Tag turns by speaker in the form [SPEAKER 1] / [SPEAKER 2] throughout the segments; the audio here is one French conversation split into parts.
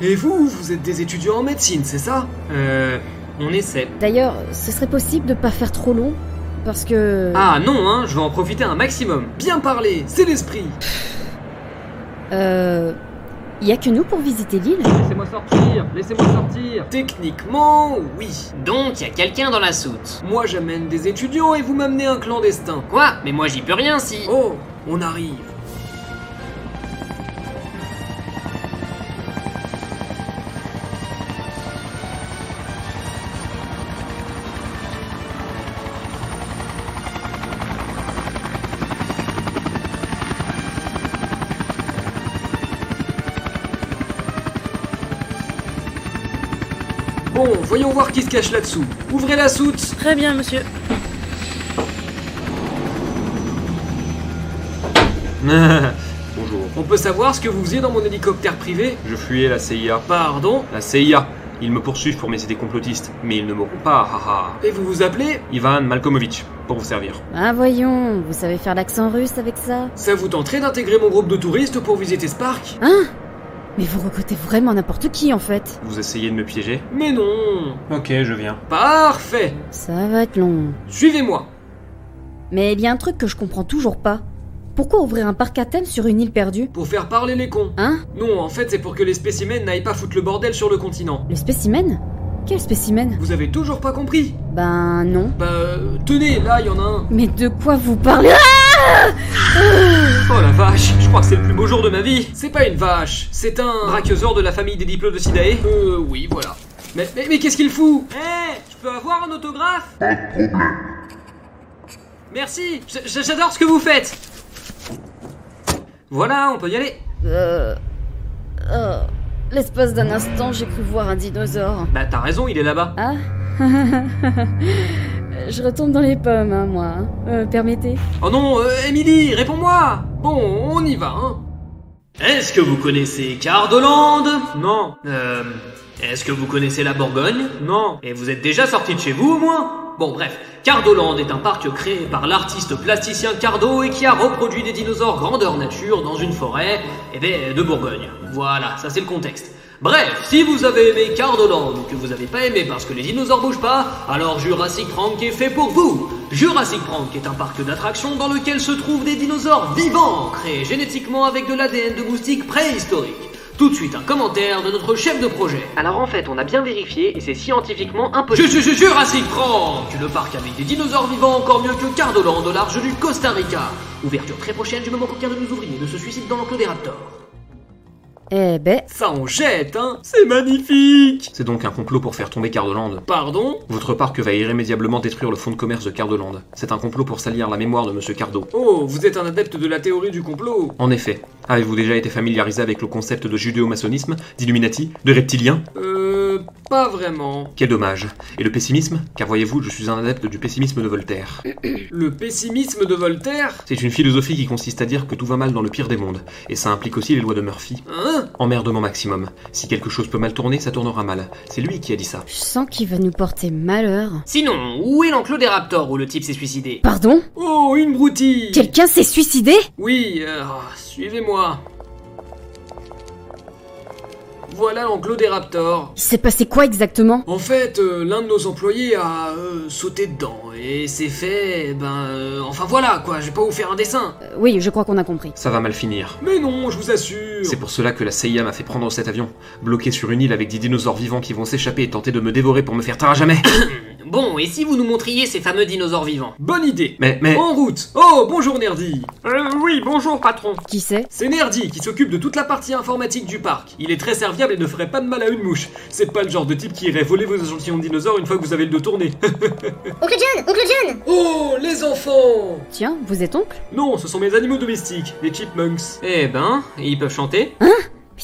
[SPEAKER 1] Et vous, vous êtes des étudiants en médecine, c'est ça
[SPEAKER 2] Euh. On essaie.
[SPEAKER 3] D'ailleurs, ce serait possible de pas faire trop long Parce que.
[SPEAKER 2] Ah non, hein, je vais en profiter un maximum.
[SPEAKER 1] Bien parlé, c'est l'esprit
[SPEAKER 3] Euh. Y a que nous pour visiter l'île
[SPEAKER 4] Laissez-moi sortir Laissez-moi sortir
[SPEAKER 1] Techniquement, oui.
[SPEAKER 2] Donc, y a quelqu'un dans la soute.
[SPEAKER 1] Moi j'amène des étudiants et vous m'amenez un clandestin.
[SPEAKER 2] Quoi Mais moi j'y peux rien si.
[SPEAKER 1] Oh, on arrive. Bon, voyons voir qui se cache là-dessous. Ouvrez la soute
[SPEAKER 5] Très bien, monsieur.
[SPEAKER 6] Bonjour.
[SPEAKER 1] On peut savoir ce que vous faisiez dans mon hélicoptère privé
[SPEAKER 6] Je fuyais la CIA.
[SPEAKER 1] Pardon
[SPEAKER 6] La CIA. Ils me poursuivent pour mes idées complotistes, mais ils ne m'auront pas, haha.
[SPEAKER 1] Et vous vous appelez
[SPEAKER 6] Ivan Malkomovitch, pour vous servir.
[SPEAKER 3] Ah voyons, vous savez faire l'accent russe avec ça
[SPEAKER 1] Ça vous tenterait d'intégrer mon groupe de touristes pour visiter ce parc
[SPEAKER 3] Hein Mais vous recrutez vraiment n'importe qui en fait
[SPEAKER 6] Vous essayez de me piéger
[SPEAKER 1] Mais non
[SPEAKER 6] Ok, je viens.
[SPEAKER 1] Parfait
[SPEAKER 3] Ça va être long.
[SPEAKER 1] Suivez-moi
[SPEAKER 3] Mais il y a un truc que je comprends toujours pas. Pourquoi ouvrir un parc à thème sur une île perdue
[SPEAKER 1] Pour faire parler les cons.
[SPEAKER 3] Hein
[SPEAKER 1] Non, en fait, c'est pour que les spécimens n'aillent pas foutre le bordel sur le continent.
[SPEAKER 3] Le spécimen Quel spécimen
[SPEAKER 1] Vous avez toujours pas compris
[SPEAKER 3] Ben non.
[SPEAKER 1] Bah, euh, tenez, là, il y en a un.
[SPEAKER 3] Mais de quoi vous parlez
[SPEAKER 1] Oh la vache, je crois que c'est le plus beau jour de ma vie. C'est pas une vache, c'est un brachiosaure de la famille des diplodocidae. Euh, oui, voilà. Mais, mais, mais qu'est-ce qu'il fout Eh, je peux avoir un autographe Pas de problème. Merci, j- j- j'adore ce que vous faites. Voilà, on peut y aller.
[SPEAKER 3] Euh. euh, L'espace d'un instant, j'ai cru voir un dinosaure.
[SPEAKER 1] Bah t'as raison, il est là-bas.
[SPEAKER 3] Ah Je retombe dans les pommes, hein, moi. hein. Euh, permettez.
[SPEAKER 1] Oh non, euh, Emily, réponds-moi Bon, on y va, hein.
[SPEAKER 2] Est-ce que vous connaissez Cardoland
[SPEAKER 1] Non,
[SPEAKER 2] Euh. Est-ce que vous connaissez la Bourgogne
[SPEAKER 1] non.
[SPEAKER 2] Et vous êtes déjà sorti de chez vous au moins Bon bref, Cardoland est un parc créé par l'artiste plasticien Cardo et qui a reproduit des dinosaures grandeur nature dans une forêt eh ben, de Bourgogne. Voilà, ça c'est le contexte. Bref, si vous avez aimé Cardoland ou que vous avez pas aimé parce que les dinosaures bougent pas, alors Jurassic Park est fait pour vous Jurassic Park est un parc d'attractions dans lequel se trouvent des dinosaures vivants, créés génétiquement avec de l'ADN de moustiques préhistoriques. Tout de suite un commentaire de notre chef de projet.
[SPEAKER 4] Alors en fait, on a bien vérifié et c'est scientifiquement impossible.
[SPEAKER 2] Je suis Jurassic Park, le parc avec des dinosaures vivants encore mieux que Cardoland au large du Costa Rica. Ouverture très prochaine du moment qu'aucun de nos ouvriers ne se suicide dans l'enclos des Raptors.
[SPEAKER 3] Eh ben.
[SPEAKER 1] Ça on jette, hein C'est magnifique
[SPEAKER 6] C'est donc un complot pour faire tomber Cardeland.
[SPEAKER 1] Pardon
[SPEAKER 6] Votre parc va irrémédiablement détruire le fonds de commerce de Cardeland. C'est un complot pour salir la mémoire de Monsieur Cardo.
[SPEAKER 1] Oh, vous êtes un adepte de la théorie du complot
[SPEAKER 6] En effet, avez-vous déjà été familiarisé avec le concept de judéo-maçonnisme, d'illuminati, de reptilien
[SPEAKER 1] Euh, pas vraiment.
[SPEAKER 6] Quel dommage. Et le pessimisme Car voyez-vous, je suis un adepte du pessimisme de Voltaire.
[SPEAKER 1] Le pessimisme de Voltaire
[SPEAKER 6] C'est une philosophie qui consiste à dire que tout va mal dans le pire des mondes, et ça implique aussi les lois de Murphy.
[SPEAKER 1] Hein
[SPEAKER 6] Emmerdement maximum. Si quelque chose peut mal tourner, ça tournera mal. C'est lui qui a dit ça.
[SPEAKER 3] Je sens qu'il va nous porter malheur.
[SPEAKER 2] Sinon, où est l'enclos des Raptors où le type s'est suicidé
[SPEAKER 3] Pardon
[SPEAKER 1] Oh, une broutille
[SPEAKER 3] Quelqu'un s'est suicidé
[SPEAKER 1] Oui, euh, ah, suivez-moi. Voilà l'enclos des raptors.
[SPEAKER 3] Il s'est passé quoi exactement
[SPEAKER 1] En fait, euh, l'un de nos employés a euh, sauté dedans et c'est fait, ben, euh, enfin voilà quoi, je vais pas vous faire un dessin.
[SPEAKER 3] Euh, Oui, je crois qu'on a compris.
[SPEAKER 6] Ça va mal finir.
[SPEAKER 1] Mais non, je vous assure.
[SPEAKER 6] C'est pour cela que la CIA m'a fait prendre cet avion. Bloqué sur une île avec des dinosaures vivants qui vont s'échapper et tenter de me dévorer pour me faire tard à jamais.
[SPEAKER 2] Bon, et si vous nous montriez ces fameux dinosaures vivants Eh.
[SPEAKER 1] Bonne idée.
[SPEAKER 6] Mais, mais...
[SPEAKER 1] En route. Oh, bonjour Nerdy.
[SPEAKER 4] Euh, oui, bonjour patron.
[SPEAKER 3] Qui c'est
[SPEAKER 1] C'est Nerdy qui s'occupe de toute la partie informatique du parc. Il est très serviable et ne ferait pas de mal à une mouche. C'est pas le genre de type qui irait voler vos échantillons de dinosaures une fois que vous avez le dos tourné.
[SPEAKER 7] Oncle John Oncle John
[SPEAKER 1] oh, les enfants
[SPEAKER 3] Tiens, vous êtes oncle
[SPEAKER 1] Non, ce sont mes animaux domestiques, les chipmunks.
[SPEAKER 2] Eh ben, ils peuvent chanter
[SPEAKER 3] Mais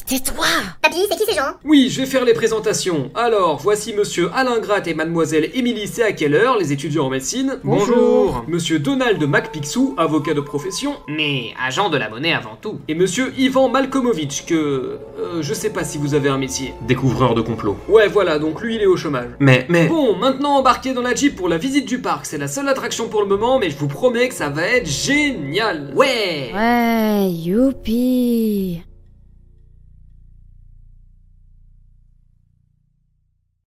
[SPEAKER 3] tais-toi
[SPEAKER 7] Papy, c'est qui ces gens
[SPEAKER 1] Oui, je vais faire les présentations. Alors, voici monsieur Alain Gratt et mademoiselle Émilie Seakeller, les étudiants en médecine.
[SPEAKER 2] Bonjour.
[SPEAKER 1] Monsieur Donald MacPixou, avocat de profession.
[SPEAKER 2] Mais agent de la monnaie avant tout.
[SPEAKER 1] Et monsieur Ivan Malkomovitch, que... euh, je sais pas si vous avez un métier.
[SPEAKER 6] Découvreur de complot.
[SPEAKER 1] Ouais, voilà, donc lui, il est au chômage.
[SPEAKER 6] Mais, mais...
[SPEAKER 1] Bon, maintenant embarquez dans la Jeep pour la visite du parc. C'est la seule attraction pour le moment, mais je vous promets que ça va être génial.
[SPEAKER 2] Ouais
[SPEAKER 3] Ouais, youpi